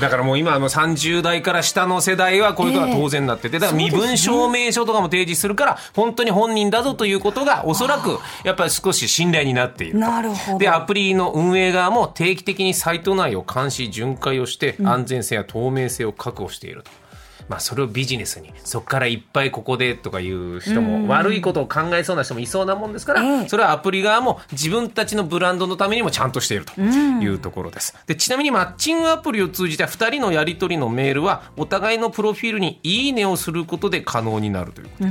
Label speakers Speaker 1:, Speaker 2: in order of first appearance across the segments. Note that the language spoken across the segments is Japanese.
Speaker 1: だからもう今あの30代から下の世代はこういうことが当然になってて、だから身分証明書とかも提示するから本当に本人だぞということがおそらくやっぱり少し信頼になっていると
Speaker 2: なるほど
Speaker 1: でアプリの運営側も定期的にサイト内を監視巡回をして安全性や透明性を確保していると。まあそれをビジネスにそこからいっぱいここでとかいう人も悪いことを考えそうな人もいそうなもんですから、
Speaker 2: ええ
Speaker 1: それはアプリ側も自分たちのブランドのためにもちゃんとしているというところです。でちなみにマッチングアプリを通じた2人のやり取りのメールはお互いのプロフィールに「いいね」をすることで可能になるということ。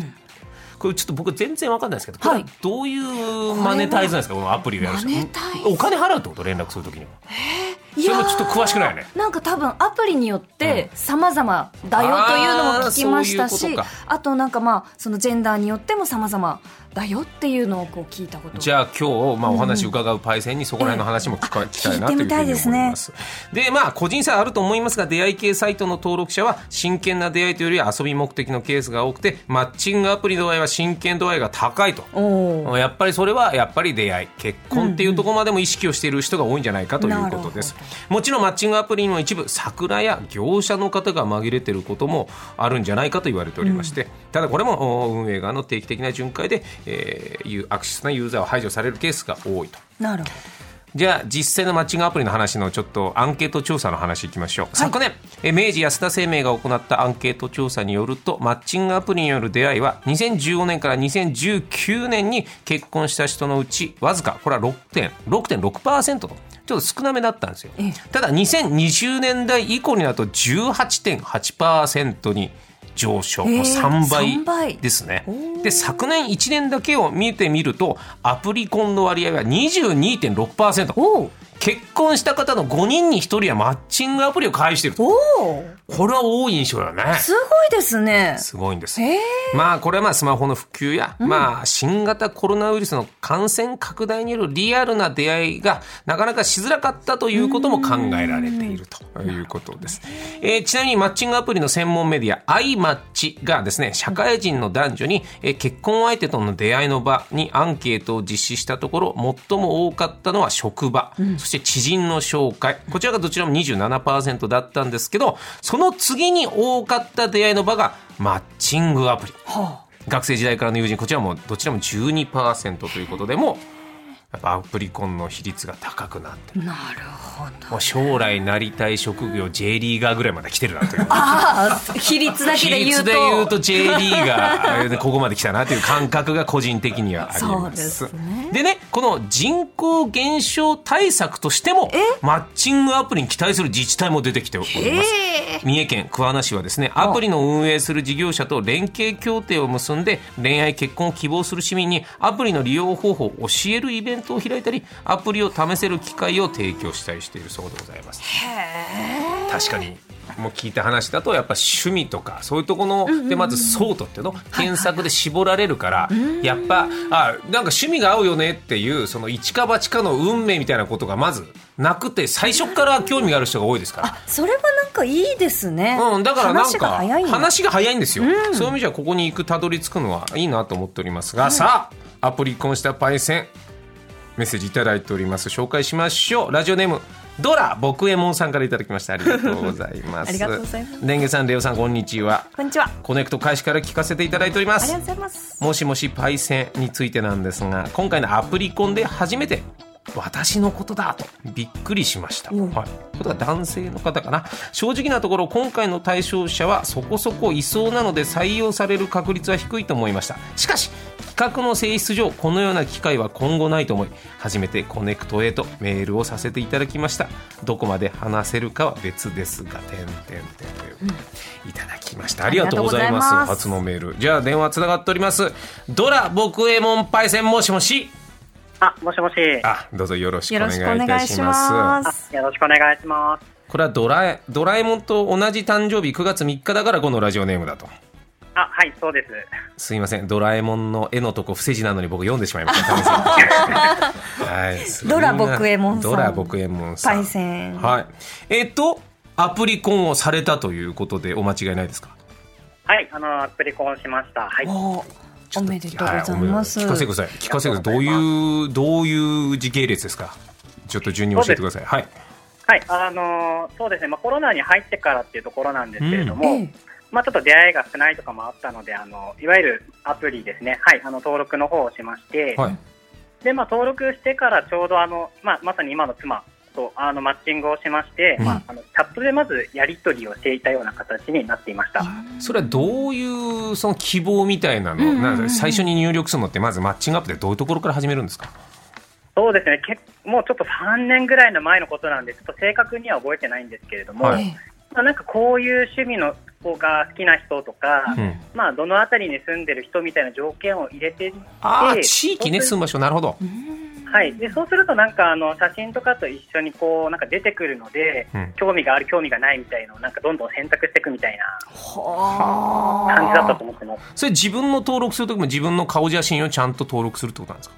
Speaker 1: これちょっと僕全然わかんないですけど、これ
Speaker 2: はい
Speaker 1: どういうマネタイズなんですかこのアプリをやる人
Speaker 2: マネタイズ
Speaker 1: お金払うってこと連絡するときには。
Speaker 2: い
Speaker 1: それも
Speaker 2: やー
Speaker 1: ちょっと詳しくないよね。
Speaker 2: なんか多分アプリによって様々だよというのも聞きましたし、
Speaker 1: あーそういうこと
Speaker 2: あ
Speaker 1: か
Speaker 2: となんかまあそのジェンダーによっても様々だよっていうのをこう聞いたことが
Speaker 1: じゃあ今日、まあ、お話伺うパイセンにそこら辺の話も聞か、
Speaker 2: うん
Speaker 1: 聞きたいなというふうに思います。でまあ個人差あると思いますが出会い系サイトの登録者は真剣な出会いというよりは遊び目的のケースが多くてマッチングアプリの場合は真剣度合いが高いと。
Speaker 2: おー
Speaker 1: やっぱりそれはやっぱり出会い結婚っていうところまでも意識をしている人が多いんじゃないかということです、もちろんマッチングアプリの一部桜や業者の方が紛れてることもあるんじゃないかと言われておりまして、ただこれもお運営側の定期的な巡回で、えーいう悪質なユーザーを排除されるケースが多いと。
Speaker 3: なるほ
Speaker 1: じゃあ実際のマッチングアプリの話のちょっとアンケート調査の話いきましょう、昨年え明治安田生命が行ったアンケート調査によるとマッチングアプリによる出会いは2015年から2019年に結婚した人のうちわずかこれは6.6%とちょっと少なめだったんですよただ2020年代以降になると18.8%に上昇、もう3
Speaker 2: えー3倍
Speaker 1: 倍ですね。で昨年1年だけを見てみるとアプリ婚の割合は22.6%結婚した方の5人に1人はマッチングアプリを介していると
Speaker 2: おお
Speaker 1: これは多い印象だよね。
Speaker 2: すごいですね
Speaker 1: すごいんです、
Speaker 2: えー
Speaker 1: まあこれはまあスマホの普及や、まあ新型コロナウイルスの感染拡大によるリアルな出会いがなかなかしづらかったということも考えられているということです、えーちなみにマッチングアプリの専門メディア iMatch がですね社会人の男女に、えー結婚相手との出会いの場にアンケートを実施したところ最も多かったのは職場、そして知人の紹介こちらがどちらも27%だったんですけどその次に多かった出会いの場がマッチングアプリ、学生時代からの友人こちらもどちらも12%ということでもうやっぱアプリコンの比率が高くなってる
Speaker 2: なるほど
Speaker 1: もう将来なりたい職業 J リーガーぐらいまで来てるなと いう
Speaker 2: ああ比率だけ
Speaker 1: 比
Speaker 2: で言う
Speaker 1: 率
Speaker 2: と
Speaker 1: で言うと J リーガーここまで来たなという感覚が個人的にはあり
Speaker 2: そう
Speaker 1: ま
Speaker 2: ですすね
Speaker 1: でねこの人口減少対策としてもマッチングアプリに期待する自治体も出てきております、三重県桑名市はですねアプリの運営する事業者と連携協定を結んで恋愛結婚を希望する市民にアプリの利用方法を教えるイベントを開いたりアプリを試せる機会を提供したりしているそうでございます確かにもう聞いた話だとやっぱ趣味とかそういうところのでまずソートっていうの検索で絞られるからやっぱあなんか趣味が合うよねっていうその一か八かの運命みたいなことがまずなくて最初から興味がある人が多いですから。
Speaker 2: それはなんかいいですね、
Speaker 1: うん、だからなん
Speaker 2: 話が
Speaker 1: か
Speaker 2: 早いね
Speaker 1: 話が早いんですよ、そういう意味じゃここに行くたどり着くのはいいなと思っておりますが、さあアプリ婚したパイセンメッセージいただいております紹介しましょうラジオネームドラ僕えもんさんからいただきましたありがとうございます
Speaker 2: ありがとうございます
Speaker 1: レンゲさんレオさんこんにちは
Speaker 2: こんにちは
Speaker 1: コネクト開始から聞かせていただいておりま
Speaker 2: あり
Speaker 1: す
Speaker 2: がとうございます
Speaker 1: もしもしパイセンについてなんですが今回のアプリコンで初めて私のことだとびっくりしました、はい、ことは男性の方かな正直なところ今回の対象者はそこそこいそうなので採用される確率は低いと思いましたしかし企画の性質上このような機会は今後ないと思い初めてコネクトへとメールをさせていただきましたどこまで話せるかは別ですが点々点といういただきましたありがとうございます
Speaker 2: ありがとうございます
Speaker 1: 初のメールじゃあ電話つながっておりますドラ僕えもんパイセンもしもし
Speaker 4: あ、もしもし。
Speaker 1: あどうぞよろしくお願
Speaker 2: よろ
Speaker 1: い
Speaker 2: し
Speaker 1: い
Speaker 2: く
Speaker 1: た
Speaker 2: お願い
Speaker 1: し
Speaker 2: し
Speaker 1: ま
Speaker 2: ますす
Speaker 4: よろしくお願いします。
Speaker 1: これはドラえドラえもんと同じ誕生日9月3日だからこのラジオネームだと
Speaker 4: あ、はい、そうです。
Speaker 1: すいませんドラえもんの絵のとこ不正字なのに僕読んでしまいま したはいすいません
Speaker 2: ドラ僕えもんさん
Speaker 1: ドラ僕えもんさん
Speaker 2: パイセン
Speaker 1: はいえっとアプリコンをされたということでお間違いないですか
Speaker 4: はい、あの、アプリコンしました。はい。
Speaker 2: おおめでとうございます、
Speaker 1: はいおめでとう聞かせてください。聞かせてください。どういう、どういう時系列ですか。ちょっと順に教えてください。はい。
Speaker 4: はい、あの、そうですね。まあ、コロナに入ってからっていうところなんですけれども、
Speaker 2: ええ
Speaker 4: まあ、ちょっと出会いが少ないとかもあったので、あの、いわゆるアプリですね。はい、あの、登録の方をしまして、
Speaker 1: はい。
Speaker 4: で、まあ、登録してからちょうど、あの、まあ、まさに今の妻と、あの、マッチングをしまして、
Speaker 1: うん
Speaker 4: まあ、あの、チャットでまずやり取りをしていたような形になっていました。
Speaker 1: それはどういう、その希望みたいなの、なんか最初に入力するのって、まずマッチングアップでどういうところから始めるんですか。
Speaker 4: そうですね、けもうちょっと3年ぐらいの前のことなんで、ちょっと正確には覚えてないんですけれども、
Speaker 1: は
Speaker 2: え
Speaker 1: い
Speaker 2: え
Speaker 4: まあ、なんかこういう趣味の子が好きな人とか、
Speaker 1: うん。
Speaker 4: まあ、どの辺りに住んでる人みたいな条件を入れていって、
Speaker 1: ああ、地域ね、
Speaker 4: そ
Speaker 1: 住
Speaker 4: う
Speaker 1: む場所、なるほど。
Speaker 4: すはい、でそうすると、なんかあの写真とかと一緒にこうなんか出てくるので、
Speaker 1: うん
Speaker 4: 興味がある、興味がないみたいのをなんかどんどん選択していくみたいな感じだったと思ってます。
Speaker 1: それ自分の登録するときも、自分の顔写真をちゃんと登録するってことなんですか。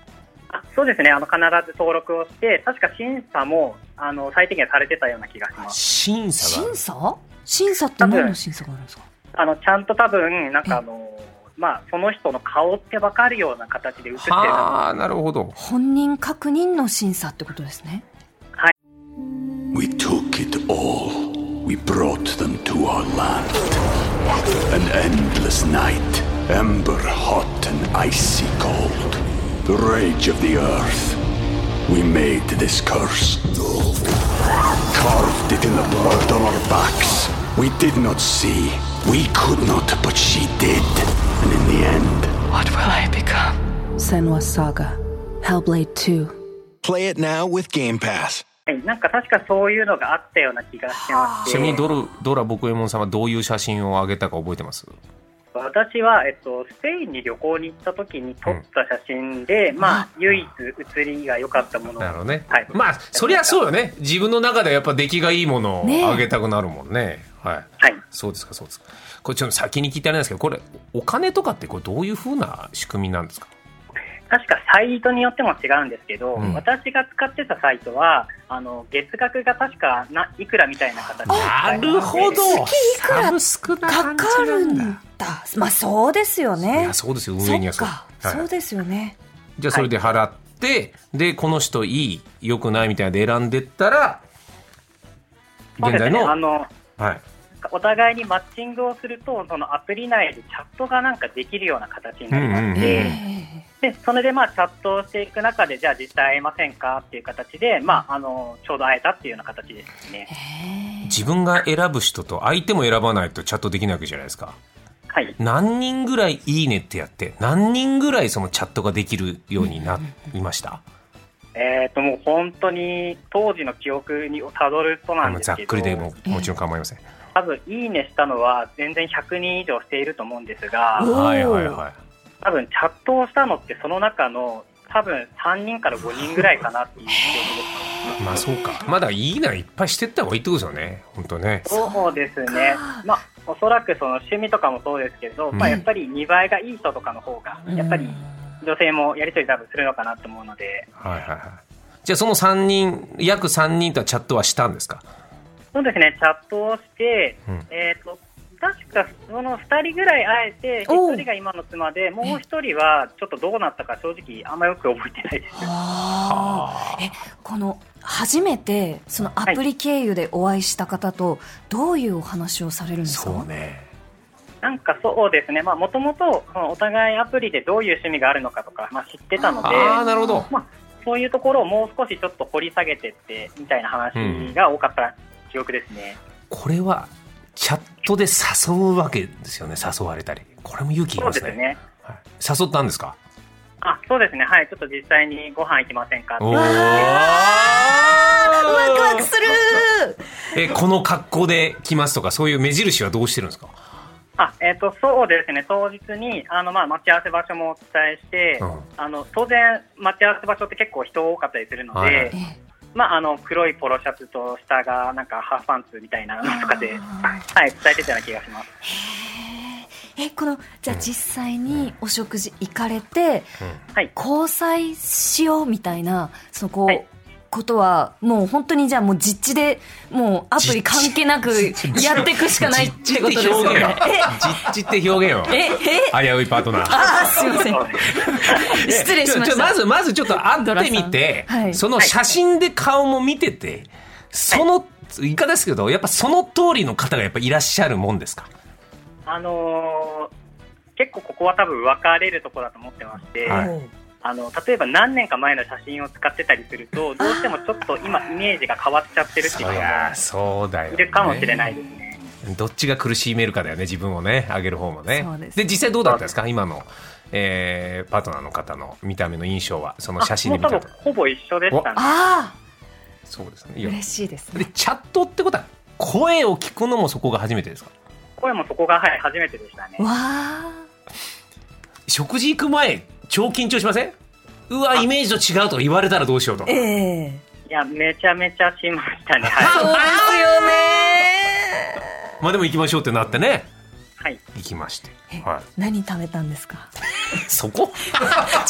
Speaker 4: あそうですねあの必ず登録をして、確か審査もあの最低限されてたような気がします。
Speaker 1: 審査が
Speaker 2: 審。査審査って何の審査があるんですか
Speaker 4: あのちゃんと多分なんかあのまあその人の顔ってわかるような形で写ってるは
Speaker 1: はあ、なるほど。
Speaker 2: 本人確認の審査ってことですね
Speaker 4: い
Speaker 5: We took it all. We brought them to our land. An endless night, ember hot and icy cold. The rage of the earth. We made this curse. Carved it in the blood on our backs. We did not see. We could not, but she did. And in the end,
Speaker 3: What will I become? Senwa Saga. Hellblade 2.
Speaker 6: Play it now with Game Pass.
Speaker 4: はい、なんか確かそういうのがあったような気がしてまし
Speaker 1: ち
Speaker 4: て
Speaker 1: なみにドルドラボクエモンさんはどういう写真をあげたか覚えてます
Speaker 4: 私は、えっと、スペインに旅行に行った時に撮った写真で、まあ、唯一写りが良かったものを
Speaker 1: なるほどね、
Speaker 4: はい、
Speaker 1: まあそりゃそうよね自分の中ではやっぱ出来がいいもの
Speaker 2: ねえ
Speaker 1: をあげたくなるもんねはい
Speaker 4: はい、
Speaker 1: そうですかそうですかこれちょっと先に聞いてあれなんですけどこれお金とかってこれどういうふうな仕組みなんですか
Speaker 4: 確かサイトによっても違うんですけど、
Speaker 1: うん
Speaker 4: 私が使ってたサイトはあの月額が確かないくらみたいな形で使
Speaker 1: な
Speaker 4: えたので
Speaker 1: るほど
Speaker 2: いくら
Speaker 1: サブスクな
Speaker 2: か
Speaker 1: 感じ
Speaker 2: か
Speaker 1: な
Speaker 2: るん
Speaker 1: んだ
Speaker 2: だまあそうですよ
Speaker 1: い
Speaker 2: ね
Speaker 1: やそうですよ運
Speaker 2: そ
Speaker 1: 営には
Speaker 2: っ
Speaker 1: そう
Speaker 2: か、
Speaker 1: はい
Speaker 2: そうですよね
Speaker 1: じゃあそれで払って、でこの人いい良くないみたいなので選んでったら
Speaker 4: そうです
Speaker 1: 現在
Speaker 4: ね
Speaker 1: の、
Speaker 4: あの
Speaker 1: はい、
Speaker 4: お互いにマッチングをするとそのアプリ内でチャットがなんかできるような形になりまして、
Speaker 1: うんうんうん
Speaker 4: でそれでまあチャットをしていく中でじゃあ実際会えませんかっていう形で、まあ、あのちょうど会えたっていうような形ですね。
Speaker 1: 自分が選ぶ人と相手も選ばないとチャットできないわけじゃないですか
Speaker 4: はい
Speaker 1: 何人ぐらい「いいね」ってやって何人ぐらいそのチャットができるようになりました、
Speaker 4: えー、ともう本当に当時の記憶にたどるとな
Speaker 1: あ
Speaker 4: ん
Speaker 1: の
Speaker 4: です
Speaker 1: ざっ
Speaker 4: けど
Speaker 1: くりでももちろん構いません、
Speaker 4: 多分いいねしたのは全然100人以上していると思うんですが
Speaker 2: おー
Speaker 1: はいはいはい
Speaker 4: 多分チャットをしたのってその中の多分3人から5人ぐらいかなっていう記
Speaker 1: まあそうかまだ「いいな」いっぱいしてった方がいいってことですよね本当ね
Speaker 4: 憶ですそうですねまあおそらくその趣味とかもそうですけど、
Speaker 1: うん
Speaker 4: まあ、やっぱり2倍がいい人とかの方がやっぱり女性もやり取り多分するのかなと思うので
Speaker 1: はいはいはいじゃあその3人約3人とはチャットはしたんですか
Speaker 4: そうですね、チャットをして、
Speaker 1: うん
Speaker 4: えっ、と、確かその2人ぐらい会えて、
Speaker 2: おう
Speaker 4: 1人が今の妻で、もう1人はちょっとどうなったか、正直、あんまよく覚えてないです。
Speaker 2: ああえこの初めてそのアプリ経由でお会いした方とどういうお話をされるんですか、
Speaker 1: ね
Speaker 4: なんかそうですね、もともとお互いアプリでどういう趣味があるのかとか、まあ、知ってたので、
Speaker 1: ああなるほど
Speaker 4: まあ、そういうところをもう少しちょっと掘り下げてってみたいな話が多かった記憶ですね。
Speaker 1: これはチャットで誘うわけですよね誘われたりこれも勇気いり
Speaker 4: そ
Speaker 1: ま
Speaker 4: うですす
Speaker 1: ね
Speaker 4: ね
Speaker 1: はい誘ったんですか
Speaker 4: あそうですね、はい、ちょっと実際にご飯行きませんかって
Speaker 1: おー
Speaker 2: ワクワクする
Speaker 1: えこの格好で来ますとかそういう目印はどうしてるんですか、
Speaker 4: あ、えっ、と、そうですね。当日に、あの、まあ、待ち合わせ場所もお伝えして、
Speaker 1: うん
Speaker 4: あの、当然、待ち合わせ場所って結構人多かったりするので、
Speaker 1: はいはい
Speaker 4: まあ、あの、黒いポロシャツと下が、なんか、ハーフパンツみたいなのとかで、はい、伝えてたような気がします。
Speaker 2: えこのじゃあ実際にお食事行かれて、
Speaker 4: はい。
Speaker 2: 交際しようみたいなそのこう、
Speaker 4: はい
Speaker 2: ことはもう本当にじゃあもう実地でもうアプリ関係なくやっていくしかないってことですよ
Speaker 1: 実地って表現
Speaker 2: ね
Speaker 1: よ実地って表現よ
Speaker 2: えええ
Speaker 1: 危ういパートナー
Speaker 2: ああすいません
Speaker 4: そうです
Speaker 2: 失礼しま
Speaker 1: ちょち
Speaker 2: し
Speaker 1: ょま
Speaker 2: た
Speaker 1: ずまずちょっと会ってみて、
Speaker 2: ドラさんはい
Speaker 1: その写真で顔も見ててその、言い方ですけどやっぱその通りの方がやっぱいらっしゃるもんですか、
Speaker 4: あのー結構ここは多分分かれるところだと思ってまして、
Speaker 1: はい
Speaker 4: あの例えば何年か前の写真を使ってたりするとどうしてもちょっと今イメージが変わっちゃってるっていう人
Speaker 1: そり
Speaker 4: も
Speaker 1: ゃそうだよ、ね、
Speaker 4: いるかもしれないですね。
Speaker 1: どっちが苦しめるかだよね自分をね上げる方もね
Speaker 2: そうです
Speaker 1: 実際どうだったんですか今の、えーパートナーの方の見た目の印象はその写真で見
Speaker 4: あも
Speaker 1: た
Speaker 4: う多分
Speaker 1: と
Speaker 4: ほぼ一緒でしたね。
Speaker 2: あ
Speaker 1: そうですねい
Speaker 2: あ
Speaker 1: いよ
Speaker 2: 嬉しいです
Speaker 1: で
Speaker 2: ね
Speaker 1: チャットってことは声を聞くのもそこが初めてですか
Speaker 4: 声もそこが、はい、初めてでしたね。
Speaker 2: わあ
Speaker 1: 食事行く前超緊張しませんうわイメージと違うとか言われたらどうしようと
Speaker 2: え
Speaker 1: え
Speaker 2: え
Speaker 4: いや、めちゃめちゃしましたね。はい。
Speaker 2: ですよね
Speaker 1: まあでも行きましょうってなってね
Speaker 4: はい、
Speaker 1: 行きまして、は
Speaker 2: 何食べたんですか
Speaker 1: い、そ こ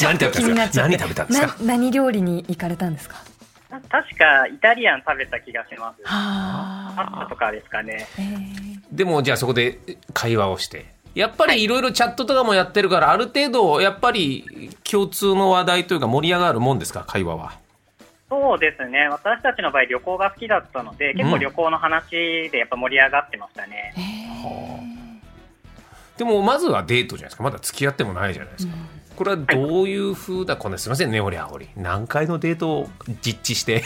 Speaker 1: 何食べたん
Speaker 2: 気
Speaker 1: です
Speaker 2: にな
Speaker 1: か
Speaker 2: っちゃって
Speaker 1: 何食べたんですか
Speaker 2: な何料理に行かれたんですか
Speaker 4: た確か、イタリアン食べた気がします。
Speaker 2: は
Speaker 4: パスタとかですかね。
Speaker 2: え
Speaker 1: でもじゃあそこで会話をしてやっぱりいろいろチャットとかもやってるからある程度やっぱり共通の話題というか盛り上がるもんですか会話は
Speaker 4: そうですね、私たちの場合、旅行が好きだったので、結
Speaker 1: う
Speaker 4: 構
Speaker 1: ん
Speaker 4: 旅行の話でやっぱ盛り上がってましたね。
Speaker 1: でもまずはデートじゃないですかまだ付き合ってもないじゃないですか、これはどういうふうだこのすいませんねおりあおり何回のデートを実地して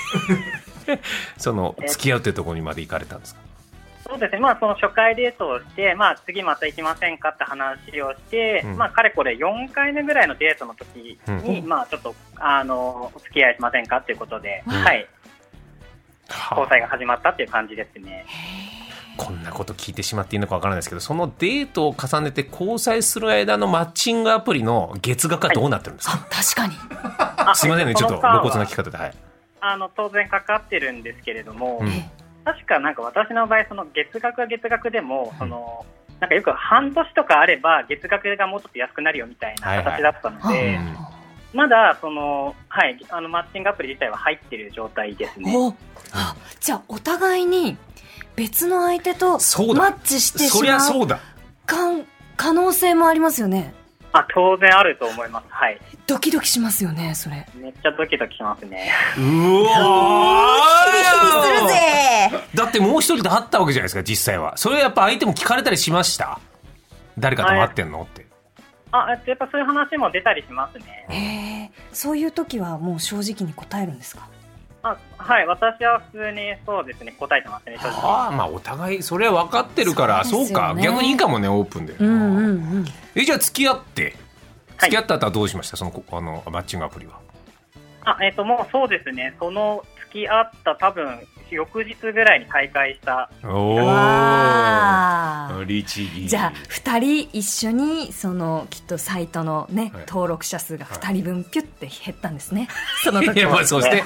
Speaker 1: その付き合うってところにまで行かれたんですか
Speaker 4: そうですね、まあ、その初回デートをして、まあ、次また行きませんかって話をして、
Speaker 1: うん
Speaker 4: まあ、かれこれ4回目ぐらいのデートの時に、まあ、ちょっと、あの、お付き合いしませんかっていうことで、
Speaker 1: うん
Speaker 4: はい、
Speaker 1: は
Speaker 4: 交
Speaker 1: あ
Speaker 4: 際が始まったっていう感じですね。
Speaker 1: こんなこと聞いてしまっていいのかわからないですけどそのデートを重ねて交際する間のマッチングアプリの月額はどうなってるんですか、
Speaker 2: 確かに。
Speaker 4: あ
Speaker 1: すいませんねちょっと
Speaker 4: その間
Speaker 1: 露
Speaker 4: は
Speaker 1: 骨な聞き方ではい、
Speaker 4: あの、当然かかってるんですけれども、
Speaker 1: うん
Speaker 4: 確かなんか私の場合、その月額は月額でも、その、なんかよく半年とかあれば月額がもうちょっと安くなるよみたいな形だったので、
Speaker 2: はいは
Speaker 1: うん
Speaker 4: まだその、はい、あのマッチングアプリ自体は入ってる状態ですね。
Speaker 2: おあじゃあお互いに別の相手とマ
Speaker 1: そうだ
Speaker 2: ッチして
Speaker 1: そ
Speaker 2: し
Speaker 1: り
Speaker 2: ま
Speaker 1: ゃそううだ
Speaker 2: かん可能性もありますよね。
Speaker 4: あ当然あると思います。はい。
Speaker 2: ドキドキしますよね、それ。
Speaker 4: めっちゃドキドキしますね。
Speaker 1: うわ
Speaker 2: するぜ
Speaker 1: だってもう一人と会ったわけじゃないですか実際はそれはやっぱ相手も聞かれたりしました誰かと会ってんのって
Speaker 4: あ、やっぱそういう話も出たりしますね。
Speaker 2: へえ、そういう時はもう正直に答えるんですか
Speaker 4: あ、はい。私は普通にそうですね。答えてますね。正直。
Speaker 1: ああまあお互いそれは分かってるから
Speaker 2: そ
Speaker 1: そうう,、
Speaker 2: ですよ
Speaker 1: か
Speaker 2: ね
Speaker 1: 逆にいいかもねオープンで、
Speaker 2: うんうんうん。
Speaker 1: えじゃあ付き合って
Speaker 4: は
Speaker 1: 付
Speaker 4: い
Speaker 1: き合った後はどうしましたそのこあのマッチングアプリは
Speaker 4: あ、えっ、ともうそうですね。その付き合った多分翌日ぐらいに再会した。
Speaker 1: お
Speaker 2: わ
Speaker 1: おリーチいい
Speaker 2: ーじゃあ2人一緒にそのきっとサイトのね、
Speaker 1: はい登
Speaker 2: 登録者数が
Speaker 1: 2
Speaker 2: 2人分ピュって減ったんですね、その
Speaker 1: い
Speaker 2: 時
Speaker 1: やまあそう ですね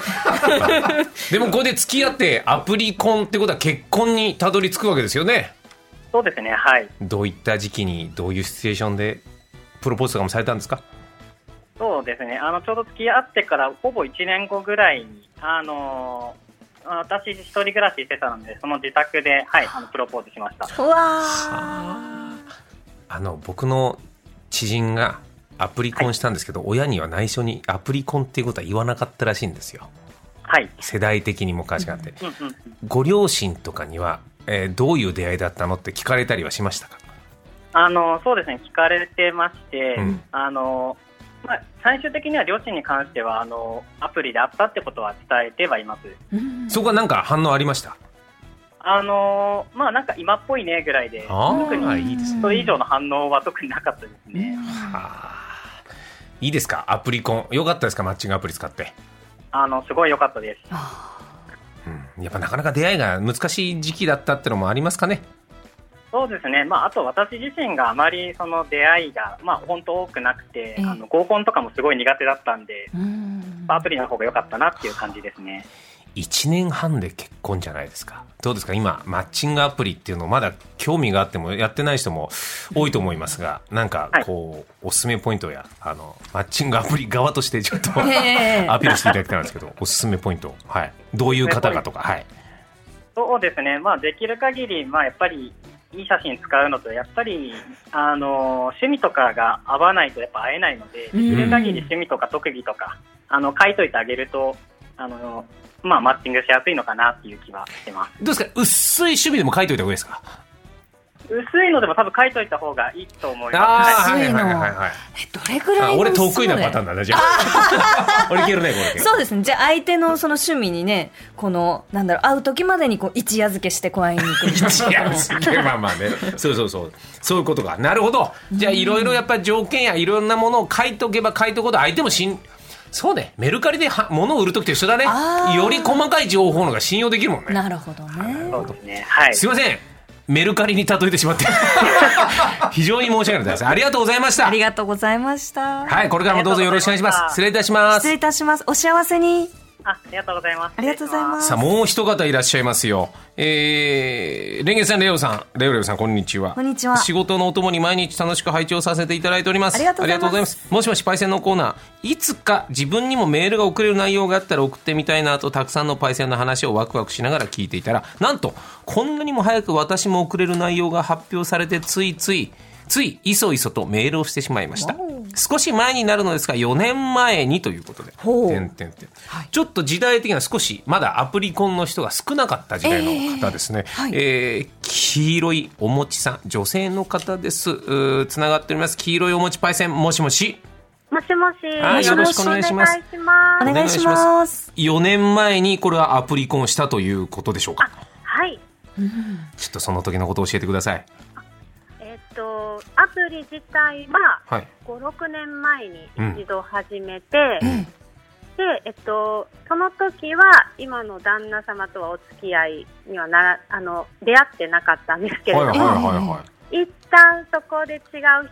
Speaker 1: でもここで付き合ってアプリ婚ってことは結婚にたどり着くわけですよね
Speaker 4: そうですね。はい。
Speaker 1: どういった時期にどういうシチュエーションでプロポーズとかもされたんですか
Speaker 4: そうですね。あのちょうど付き合ってからほぼ1年後ぐらいに、あのー私一人暮らししてたので、その自宅で、はい、あのプロポーズしました。
Speaker 2: うわ
Speaker 1: あの僕の知人がアプリ婚したんですけど、親には内緒にアプリ婚っていうことは言わなかったらしいんですよ
Speaker 4: はい。
Speaker 1: 世代的に昔があって、
Speaker 4: うんうん。
Speaker 1: ご両親とかには、えーどういう出会いだったのって聞かれたりはしましたか
Speaker 4: あのそうですね、聞かれてまして、
Speaker 1: うん
Speaker 4: あのまあ、最終的には両親に関してはあの、アプリであったってことは伝えてはいます。
Speaker 1: そこはなんか反応ありました
Speaker 4: あのまあ、なんか今っぽいねぐらいで、
Speaker 1: あ
Speaker 4: 特
Speaker 1: あ
Speaker 4: に
Speaker 1: いいですね
Speaker 4: それ以上の反応は特になかったですね。
Speaker 1: あーいいですかアプリ婚よかったですかマッチングアプリ使って、
Speaker 4: あのすごい良かったです。
Speaker 1: うん、やっぱなかなか出会いが難しい時期だったってのもありますかね
Speaker 4: そうですね、まあ、あと私自身があまりその出会いが、まあ、本当多くなくて、
Speaker 2: ええ
Speaker 4: あの合コンとかもすごい苦手だったんで、
Speaker 2: うん
Speaker 4: アプリの方が良かったなっていう感じですね。
Speaker 1: 1年半で結婚じゃないですかどうですか今マッチングアプリっていうのまだ興味があってもやってない人も多いと思いますがなんかこうおすすめポイントやあのマッチングアプリ側としてちょっと
Speaker 2: ええ
Speaker 1: アピールしていただきたいんですけどおすすめポイントはいどういう方かとかはい
Speaker 4: そうですね、まあ、できる限り、まあ、やっぱりいい写真使うのと、やっぱり、あの趣味とかが合わないとやっぱ会えないので、できる限り趣味とか特技とか、あの書いといてあげると、あのまあ、マッチングしやすいのかなっていう気はしてます。
Speaker 1: どうですか薄い趣味でも書いといた方がいいですか
Speaker 4: 薄いのでも多分書いといた方がいいと思います。
Speaker 1: あー
Speaker 2: 薄いの
Speaker 1: はいはいはいはい
Speaker 2: えどれぐらい
Speaker 1: あ
Speaker 2: の
Speaker 1: 俺得意なパターン
Speaker 2: ン
Speaker 1: だねじゃあ俺いけるねこれいける
Speaker 2: そうですねじゃあ相手のその趣味にねこのなんだろう会う時までにこう一夜漬けして公園に行くみたいない
Speaker 1: やすげえまあまあねそうそうそうそういうことかなるほどじゃあいろいろやっぱり条件やいろんなものを書いとけば書いとくほど相手もしんそうねメルカリでは物を売る時と一緒だね
Speaker 2: あー
Speaker 1: より細かい情報の方が信用できる もんね
Speaker 2: なるほどね
Speaker 4: そうですね。はい。
Speaker 1: すいませんメルカリに例えてしまって 非常に申し訳ないですありがとうございました
Speaker 2: ありがとうございました、
Speaker 1: はいこれからもどうぞよろしくお願いしま
Speaker 4: あ
Speaker 1: す
Speaker 4: りがとうございました
Speaker 1: 失礼いたしま
Speaker 2: 失礼
Speaker 1: す
Speaker 2: いたしますお幸せに
Speaker 4: あありがとうございます。
Speaker 2: ありがとうございます
Speaker 1: さあもう一方いらっしゃいますよえー、レンゲさんレオさんレオレオさんこんにちは
Speaker 2: こんにちは
Speaker 1: 仕事のお供に毎日楽しく拝聴させていただいております
Speaker 2: ありがとうございます
Speaker 1: すもしもしパイセンのコーナーいつか自分にもメールが送れる内容があったら送ってみたいなとたくさんのパイセンの話をワクワクしながら聞いていたらなんとこんなにも早く私も送れる内容が発表されてついついついいそいそとメールをしてしまいました少し前になるのですが4年前にということで
Speaker 2: ほう
Speaker 1: 点々点ちょっと時代的には少しまだアプリコンの人が少なかった時代の方ですね、え
Speaker 2: はい
Speaker 1: ー黄色いお餅さん女性の方ですうーつながっております黄色いお餅パイセンもしもし
Speaker 7: もしもし、
Speaker 1: はいよろしくお願いします
Speaker 7: よろくお願
Speaker 2: お願い
Speaker 7: いします
Speaker 2: し
Speaker 1: お願
Speaker 2: ます
Speaker 1: 4年前にこれはアプリコンしたということでしょうか
Speaker 7: はい。
Speaker 1: ちょっとその時のことを教えてください
Speaker 7: えっと、アプリ自体は、
Speaker 1: はい
Speaker 7: 5、6年前に
Speaker 1: うん
Speaker 7: 一度始めて、で、えっと、その時は、今の旦那様とはお付き合いにはなら、あの、出会ってなかったんですけれども、
Speaker 1: は
Speaker 7: 一旦そこで違う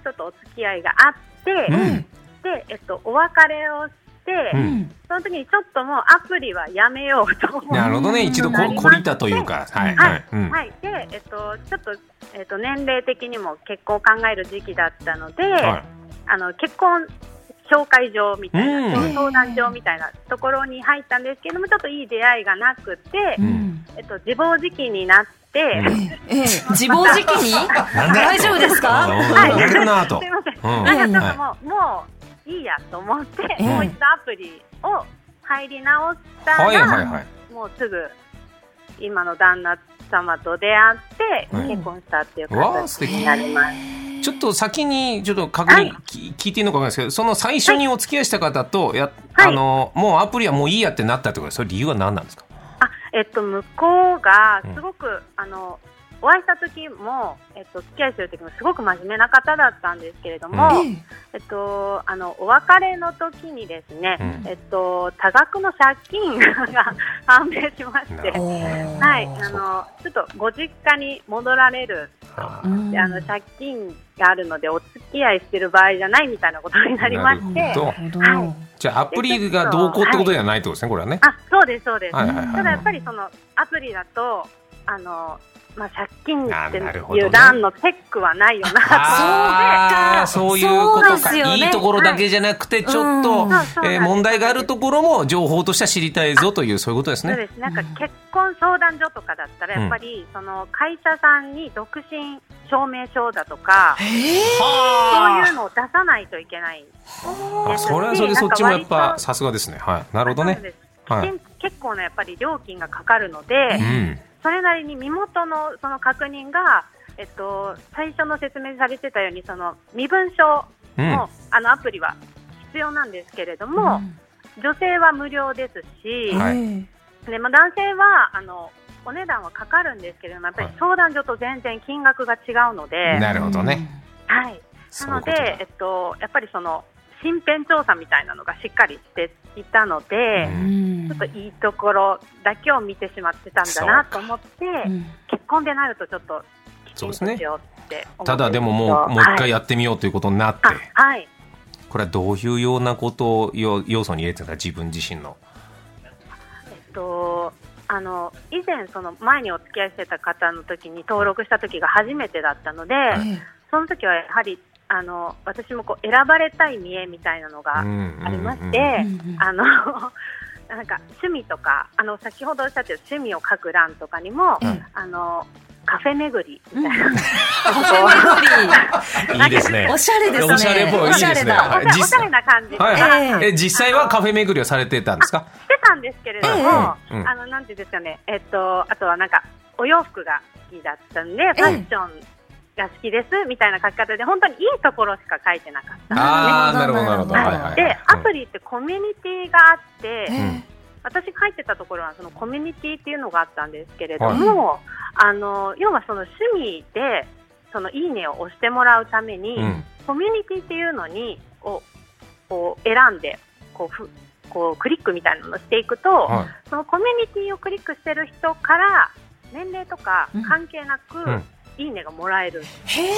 Speaker 7: 人とお付き合いがあって、
Speaker 1: うん
Speaker 7: で、えっと、お別れをして、
Speaker 1: うん
Speaker 7: その時にちょっともうアプリはやめようと思って
Speaker 1: なるほどね一度こ
Speaker 7: なりまして
Speaker 1: 懲りたというかはい
Speaker 7: は
Speaker 1: はい
Speaker 7: い、
Speaker 1: うん
Speaker 7: はい、で、えっと、ちょっと、えっと、年齢的にも結婚を考える時期だったので、
Speaker 1: はい
Speaker 7: あの、結婚紹介状みたいな、
Speaker 1: うん
Speaker 7: 相談状みたいなところに入ったんですけども、ちょっといい出会いがなくて、
Speaker 1: うん
Speaker 7: えっと、自暴自棄になって、
Speaker 1: うん
Speaker 2: ええ、自暴自棄に
Speaker 1: なんだ
Speaker 2: 大丈夫です
Speaker 1: あ
Speaker 2: か
Speaker 1: ーやめるなと
Speaker 7: すいませ ん、
Speaker 1: うん
Speaker 7: なんかちょっと
Speaker 1: は
Speaker 7: もう、もういいやと思って、
Speaker 2: うん
Speaker 7: もう一度アプリを入り直したら、
Speaker 1: はいはいはい
Speaker 7: もうすぐ今の旦那様と出会って、
Speaker 1: はい
Speaker 7: 結婚したっていう
Speaker 1: うわー
Speaker 7: 形
Speaker 1: 素敵
Speaker 7: になります。
Speaker 1: ちょっと先にちょっと確認、
Speaker 7: は
Speaker 1: き聞いていいのかわかんないですけどその最初にお付き合いした方とや、
Speaker 7: はい
Speaker 1: あのもうアプリはもういいやってなったってことですそれ理由は何なんですか
Speaker 7: あえっと、向こうが
Speaker 1: うん
Speaker 7: すごく、あのお会いした時も、えっと、付き合いする時もすごく真面目な方だったんですけれども、
Speaker 2: ええ
Speaker 7: えっと、あのお別れの時にですね、
Speaker 1: うん
Speaker 7: えっと、多額の借金 が判明しまし
Speaker 1: なるほ。
Speaker 7: て
Speaker 2: おー
Speaker 7: はい、
Speaker 1: そう
Speaker 7: あのちょっとご実家に戻られる
Speaker 1: あ
Speaker 2: う
Speaker 1: ー
Speaker 2: ん
Speaker 7: であの借金があるのでお付き合いしてる場合じゃないみたいなことになりまして
Speaker 1: なるほど
Speaker 2: なるほど
Speaker 7: は
Speaker 1: じゃあアプリがどうこうってことではないってことですねこれはね
Speaker 7: あそうですそうです、
Speaker 1: はいはいはい
Speaker 7: ただやっぱりそのアプリだとあの、まあ、借金
Speaker 1: あ
Speaker 7: って
Speaker 1: なるほど
Speaker 7: い
Speaker 1: ね
Speaker 7: う欄のチェックはないよな
Speaker 1: あー
Speaker 2: そう
Speaker 1: そ
Speaker 2: か
Speaker 1: ういうこと
Speaker 2: そう
Speaker 1: か、
Speaker 2: ですよね
Speaker 1: いいところだけじゃなくてちょっと、
Speaker 2: うん
Speaker 7: そうそう
Speaker 1: えー問題があるところも情報としては知りたいぞというそういうことです
Speaker 7: そう
Speaker 1: ね。
Speaker 7: ですなんか結婚相談所とかだったらやっぱりその会社さんに独身証明書だとか、そういうのを出さないといけないんです
Speaker 1: あ
Speaker 7: し
Speaker 1: それはそれでそっちもやっ
Speaker 7: なんか
Speaker 1: ぱ
Speaker 7: 割と
Speaker 1: さすがですね。はい、なるほど
Speaker 7: そ
Speaker 1: ね
Speaker 7: う。です
Speaker 1: はい
Speaker 7: きちん結構なやっぱり料金がかかるので、
Speaker 1: うん、
Speaker 7: それなりに身元のその確認が、えっと、最初の説明されてたようにその身分証
Speaker 1: うん、
Speaker 7: も、あのアプリは必要なんですけれども、女性は無料ですし、
Speaker 1: はい
Speaker 2: え
Speaker 7: でまあ、男性はあのお値段はかかるんですけれどもやっぱり
Speaker 1: はい
Speaker 7: 相談所と全然金額が違うので、はい
Speaker 1: なるほどね。そうい
Speaker 7: な
Speaker 1: う
Speaker 7: の
Speaker 1: こと
Speaker 7: で
Speaker 1: だ
Speaker 7: えっと、やっぱりその身辺調査みたいなのがしっかりしていたの
Speaker 1: う
Speaker 7: で。
Speaker 2: え
Speaker 1: ん
Speaker 2: うん
Speaker 7: ちょっといいところだけを見てしまってたんだなと思って、
Speaker 2: うん
Speaker 7: 結婚でなるとちょっときちんと
Speaker 1: そうですね
Speaker 7: しようって思って
Speaker 1: ただでももうもう一回やってみようということになって、
Speaker 7: はいあはい
Speaker 1: これはどういうようなことを要要素に入れてた自分自身の。
Speaker 7: えっとあの以前その前にお付き合いしてた方の時に登録した時が初めてだったので、
Speaker 2: え
Speaker 7: その時はやはりあの私もこう選ばれたい見えみたいなのが
Speaker 1: う
Speaker 7: あ
Speaker 1: んうん
Speaker 7: りまして、
Speaker 1: うん
Speaker 2: うんうん
Speaker 7: あの なんか趣味とかあの先ほどおっしゃってる趣味を書く欄とかにも、
Speaker 1: うん
Speaker 7: あのカフェ巡りみたいな、
Speaker 1: いいですね。
Speaker 2: おしゃれですね
Speaker 1: おしゃれっぽいいいですね。
Speaker 2: お
Speaker 1: はい
Speaker 7: おしゃおしゃれな感じで、
Speaker 1: はいはい、
Speaker 2: ええ
Speaker 1: え実際はカフェ巡りをされてたんですか。
Speaker 7: してたんですけれども、
Speaker 1: うんうん
Speaker 7: あのなんていうんですかね、えっとあとはなんかお洋服が好きだったんで、ファッションが好きですみたいな書き方で本当にいいところしか書いてなかった。
Speaker 1: ああー、な
Speaker 2: な
Speaker 1: る
Speaker 2: る
Speaker 1: ほ
Speaker 2: ほ
Speaker 1: ど
Speaker 2: ど
Speaker 1: なるほど。
Speaker 2: なるほ
Speaker 1: はい
Speaker 2: ど
Speaker 1: はいはい。
Speaker 7: で、アプ
Speaker 1: リ。
Speaker 7: リってコミュニティがあって、
Speaker 1: うん
Speaker 7: 私が入ってたところはそのコミュニティっていうのがあったんですけれども、あの要はその趣味でそのいいねを押してもらうために、
Speaker 1: うん
Speaker 7: コミュニティっていうのにをこう選んでこうふこうクリックみたいなのをしていくと、
Speaker 1: はい
Speaker 7: そのコミュニティをクリックしてる人から年齢とか
Speaker 2: うん
Speaker 7: 関係なく、
Speaker 1: ん
Speaker 7: いいねがもらえる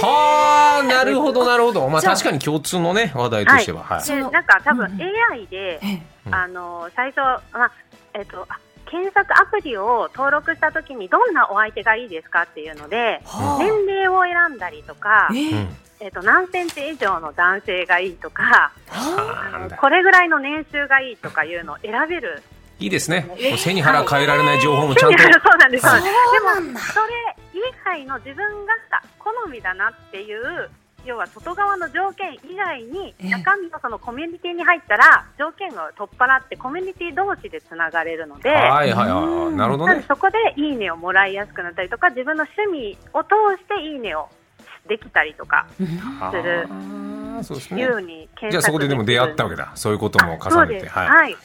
Speaker 1: はあ、なるほどなるほど。まあ
Speaker 2: じゃあ
Speaker 1: 確かに共通のね話題としては、はい。
Speaker 2: そ
Speaker 7: で
Speaker 2: の
Speaker 7: なんか多分
Speaker 2: うん
Speaker 7: AI で、
Speaker 2: え
Speaker 1: うん
Speaker 7: あの最初、まあえっとあ検索アプリを登録したときにどんなお相手がいいですかっていうので
Speaker 2: はあ
Speaker 7: 年齢を選んだりとか、
Speaker 2: え
Speaker 1: う
Speaker 2: え
Speaker 1: ん
Speaker 7: えっと何センチ以上の男性がいいとか
Speaker 1: あーなんだ
Speaker 7: これぐらいの年収がいいとかいうのを選べる
Speaker 1: いいですね。もう背に腹変えられない情 報もちゃんと。
Speaker 7: そうなんです。
Speaker 2: そう
Speaker 7: で
Speaker 2: なんだ
Speaker 7: も、それ以外の自分が好みだなっていう要は外側の条件以外に
Speaker 2: ええ
Speaker 7: 中身のそのコミュニティに入ったら条件を取っ払ってコミュニティ同士でつながれるので。
Speaker 1: はいはいはい。なるほど
Speaker 7: なん
Speaker 1: ね
Speaker 7: で。そこでいいねをもらいやすくなったりとか自分の趣味を通していいねをできたりとか
Speaker 1: あ
Speaker 7: する
Speaker 1: ーそうですね
Speaker 7: いう。に 検索
Speaker 1: じゃあそこででも出会ったわけだ。そういうことも
Speaker 7: あそ
Speaker 1: 重
Speaker 7: う
Speaker 1: ね
Speaker 7: で
Speaker 1: て。
Speaker 7: す
Speaker 1: はい。
Speaker 7: はい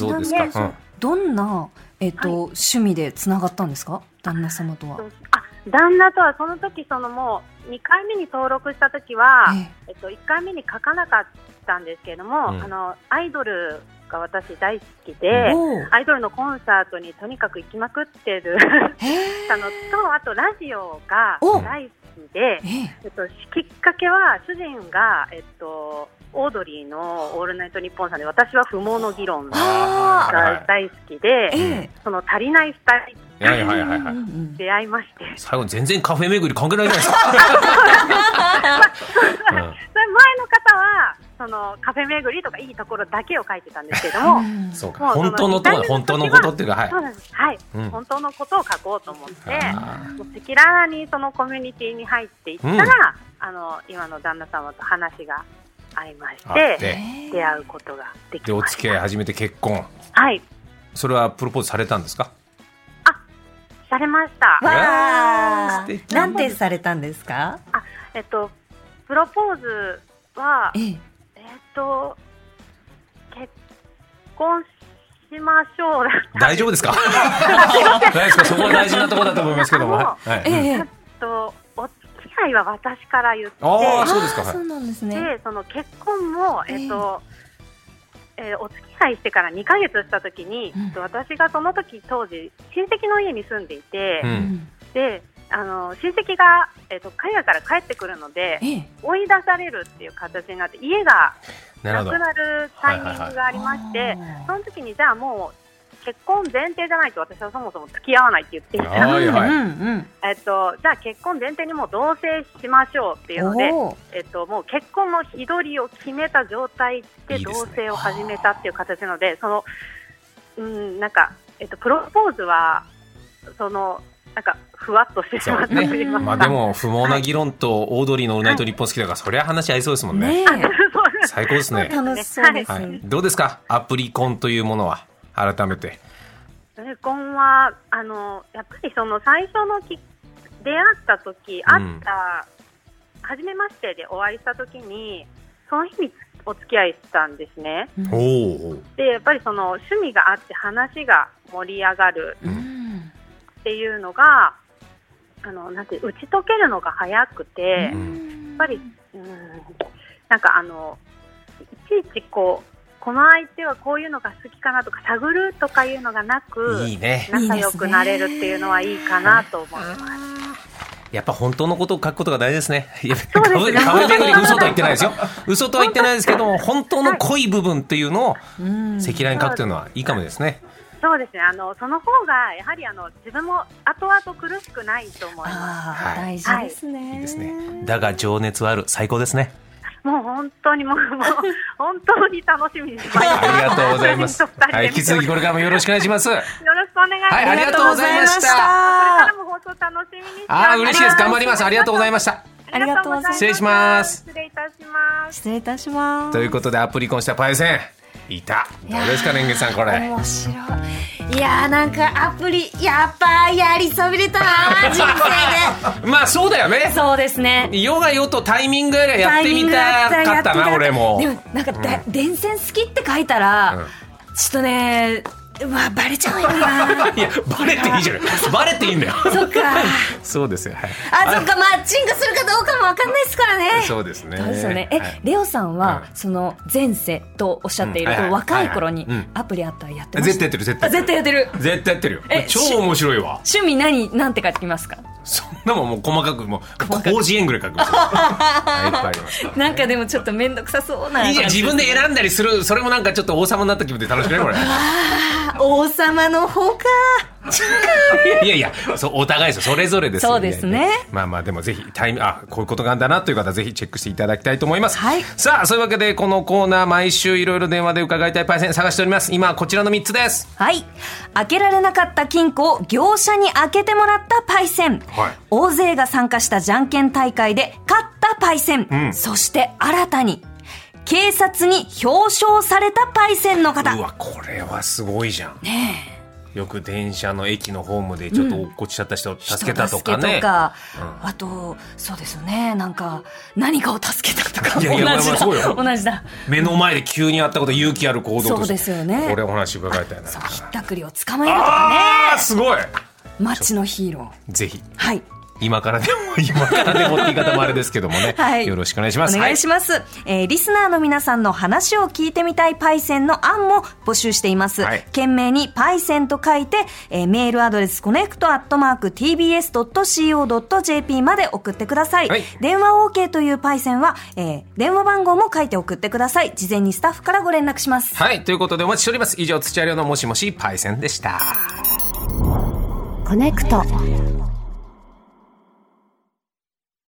Speaker 1: どうですか。
Speaker 2: ちなみ
Speaker 1: う
Speaker 2: に
Speaker 1: ん
Speaker 2: どんな、えっと趣味でつながったんですか旦那様とは
Speaker 7: そうあ旦那とはその時そのもう2回目に登録した時は、
Speaker 2: え
Speaker 7: えっと、1回目に書かなかったんですけれども、
Speaker 1: うん
Speaker 7: あのアイドルが私大好き
Speaker 2: え
Speaker 7: で、
Speaker 2: おう
Speaker 7: アイドルのコンサートにとにかく行きまくってる
Speaker 2: へえ
Speaker 7: あのとあとラジオが
Speaker 2: お
Speaker 7: 大好きで、
Speaker 2: ええ
Speaker 7: えっと、きっかけは主人が、えっと、オードリーの「オールナイトニッポン」さんで私は不毛の議論が
Speaker 2: あ
Speaker 1: はいはい
Speaker 7: 大好きで、
Speaker 2: ええ
Speaker 7: その足りない2人
Speaker 1: はいはいはいはい
Speaker 2: うんう。ん
Speaker 7: 出会いまして。
Speaker 1: 最後に全然カフェ巡り関係ないじゃないです
Speaker 7: それ前の方はそのカフェ巡りとかいいところだけを書いてたんですけども、
Speaker 1: か。うんそうか。本当のところ、本当のことっていうか、はい
Speaker 7: そう。なんですはい、
Speaker 1: うん
Speaker 7: 本当のことを書こうと思って
Speaker 1: あ
Speaker 7: もう赤裸々にそのコミュニティに入っていったら、
Speaker 1: うん
Speaker 7: あの今の旦那様と話が合いまし
Speaker 1: ーあってて。
Speaker 7: 出会うことができ
Speaker 1: で、お
Speaker 7: まし
Speaker 1: 付
Speaker 7: た
Speaker 1: き合い始めて結婚。
Speaker 7: はい
Speaker 1: それはプロポーズされたんですか
Speaker 7: されました
Speaker 1: わ素
Speaker 2: わ
Speaker 1: 敵
Speaker 2: あなんてされたんですか
Speaker 7: えっとプロポーズはえ
Speaker 2: ええ
Speaker 7: っと結婚しましょうだった
Speaker 1: 大丈夫ですか大丈夫ですかそこは大事なところだと思いますけども。はいはい
Speaker 2: え
Speaker 1: うん
Speaker 2: え
Speaker 7: えっとお付き合いは私から言って
Speaker 1: ああ、そうですか。
Speaker 2: あー
Speaker 1: はい
Speaker 2: そうなんですね
Speaker 7: でその結婚も、
Speaker 2: ええ
Speaker 7: えっとえーお付き合いしてから2ヶ月した時に、
Speaker 2: うん
Speaker 7: えっと私がその時当時親戚の家に住んでいて、
Speaker 1: う。
Speaker 2: うんん
Speaker 7: であの親戚が、えっと海外から帰ってくるので
Speaker 2: ええ
Speaker 7: 追い出されるっていう形になって家が
Speaker 1: なる
Speaker 7: な
Speaker 1: ほど
Speaker 7: く。なるタイミングがありまして、
Speaker 2: はいはいはい
Speaker 7: その時にじゃあもう結婚前提じゃないと私はそもそも付き合わないって言っていた、
Speaker 1: はいはい
Speaker 2: うんうん
Speaker 7: えっと、じゃあ結婚前提にもう同棲しましょうっていうので、
Speaker 2: おー
Speaker 7: えっと、もう結婚の日取りを決めた状態で
Speaker 1: いい
Speaker 7: 同
Speaker 1: ですね
Speaker 7: 棲を始めたっていう形なので、その、うん、なんか、えっと、プロポーズは、その、なんか、ふわっとしてしまったと
Speaker 1: そうね
Speaker 7: 言いますか。
Speaker 1: まあ でも、不毛な議論とオードリーのオールナイト日本好きだから、そりゃ話合いそうですもんね。
Speaker 2: ね
Speaker 7: そうです
Speaker 1: 最高ですね
Speaker 2: え。楽しそうです
Speaker 1: は
Speaker 2: ね
Speaker 1: い。どうですかアプリ婚というものは、改めて。
Speaker 7: 結婚は、あの、やっぱりその最初のき出会った時、
Speaker 1: うん
Speaker 7: 会った、初めましてでお会いした時に、その日にお付き合いしたんですね。
Speaker 1: おお。
Speaker 7: で、やっぱりその趣味があって話が盛り上がる。
Speaker 2: うん
Speaker 7: っていうのが、あのなんて打ち解けるのが早くて、や
Speaker 1: う
Speaker 7: っ
Speaker 1: ん
Speaker 7: ぱり、うん、なんかあのいちいちこうこの相手はこういうのが好きかなとか探るとかいうのがなく、
Speaker 1: いいね。
Speaker 7: 仲良くなれるっていうのはいいかなと思います。
Speaker 1: やっぱ本当のことを書くことが大事ですね。いや、
Speaker 7: うです
Speaker 1: 壁
Speaker 7: ね
Speaker 1: 壁巡り嘘とは言ってないですよ。嘘とは言ってないですけども、本当の濃い部分っていうのを
Speaker 2: うん
Speaker 1: 赤裸々に書くというのはいいかもですね。
Speaker 7: そうですね。あのその方がやはりあの自分も後々苦しくないと思いま
Speaker 2: ああ、
Speaker 1: はい
Speaker 2: 大事ですね、
Speaker 1: いいですね。だが情熱はある。最高ですね。
Speaker 7: す。もう本当にもう もう本当に楽しみにしました。
Speaker 1: ありがとうござい ます。はい、引き続きこれ
Speaker 7: よ
Speaker 1: からもよろしくお願いします。はい、
Speaker 7: ろしくお願いします。
Speaker 1: ありがとうございました。
Speaker 7: これからも放送楽しみにして
Speaker 1: ああ、嬉しいです。頑張ります。ありがとうございま
Speaker 7: し
Speaker 1: した。
Speaker 7: た
Speaker 2: ありがとうございます
Speaker 1: 失礼します
Speaker 7: 失礼いたします。
Speaker 2: 失礼いたします
Speaker 1: ということで、アプリコンしたパイセン。いた。どうですか、レンゲさん、これ。
Speaker 2: 面白いいやーなんかアプリやっぱやりそびれたなー人生
Speaker 1: まあ、そうだよ
Speaker 2: で
Speaker 1: ね。
Speaker 2: そうですね
Speaker 1: ヨガヨとタイミングやりゃや
Speaker 2: タ
Speaker 1: っ
Speaker 2: イ
Speaker 1: て
Speaker 2: ミ
Speaker 1: み
Speaker 2: ングがあ
Speaker 1: た
Speaker 2: ら
Speaker 1: か
Speaker 2: や
Speaker 1: ってた
Speaker 2: み
Speaker 1: な、俺も
Speaker 2: で。もなんかだ、電線好きって書いたら、
Speaker 1: うん
Speaker 2: ちょっとねうわバレちゃうよな
Speaker 1: いや、バレていいじゃない。バレていいんだよ。
Speaker 2: そっか
Speaker 1: そうですよ。はい
Speaker 2: あそっかマッチングするかどうかもわかんないですからね
Speaker 1: そうですね。
Speaker 2: そうですよね。え、
Speaker 1: はい
Speaker 2: レオさんは、
Speaker 1: うん
Speaker 2: その前世とおっしゃっている、
Speaker 1: うんはいはい
Speaker 2: 若い頃に
Speaker 1: はいはいうん
Speaker 2: アプリあったらやってまし
Speaker 1: 絶対
Speaker 2: た。
Speaker 1: やってる、絶
Speaker 2: あ
Speaker 1: 対。
Speaker 2: 絶対やってる。
Speaker 1: 絶対やってるよ
Speaker 2: え。
Speaker 1: 超面白いわ。
Speaker 2: 趣味何、なんて書きますか
Speaker 1: そんなもんもう細かく、もう、広辞苑ぐらい書くんです よ。はいいっぱいあります。
Speaker 2: なんかでもちょっとめんどくさそうない
Speaker 1: いじゃん自分で選んだりするそれもなんかちょっと王様になった気分で楽しくないこれ
Speaker 2: 王様の方か。
Speaker 1: いやいや、そうお互いですよそれぞれですよ
Speaker 2: そうですね
Speaker 1: いやいやまあまあでもぜひタイミあこういうことがあるんだなという方はぜひチェックしていただきたいと思います。
Speaker 2: はい
Speaker 1: さあそういうわけでこのコーナー毎週いろいろ電話で伺いたいパイセン探しております。今はこちらの三つです。
Speaker 2: はい。開けられなかった金庫を業者に開けてもらったパイセン。
Speaker 1: はい
Speaker 2: 大勢が参加したじゃんけん大会で勝ったパイセン。
Speaker 1: ん
Speaker 2: そして新たに、警察に表彰されたパイセンの方
Speaker 1: う。わこれはすごいじゃん。よく電車の駅のホームでちょっと落っこちちゃった人を助けたとか
Speaker 2: 人助
Speaker 1: ね。
Speaker 2: けとかあと、そうですよね。なんか、何かを助けたとか。
Speaker 1: いやいや
Speaker 2: 同じ
Speaker 1: まあそうよ
Speaker 2: だ。同じだ。
Speaker 1: 目の前で急にあったこと勇気ある行動として
Speaker 2: そうですよね
Speaker 1: これお話伺いたいな
Speaker 2: そう、ひったくりを捕まえると
Speaker 1: あ
Speaker 2: か
Speaker 1: あすごい
Speaker 2: ね。街のヒーロー。
Speaker 1: ぜひ
Speaker 2: はい。
Speaker 1: 今からでも今からでもって言い方もあれですけどもね、
Speaker 2: はい
Speaker 1: よろしくお願いします
Speaker 2: お願いします、えーリスナーの皆さんの話を聞いてみたいパイセンの案も募集しています、
Speaker 1: はい
Speaker 2: 懸命にパイセンと書いて、えーメールアドレスコネクトアットマーク tbs.co.jp まで送ってください、
Speaker 1: はい
Speaker 2: 電話 OK というパイセンは、えー電話番号も書いて送ってください事前にスタッフからご連絡します
Speaker 1: はい、ということでお待ちしております以上土屋亮のもしもしパイセンでした
Speaker 8: コネクト。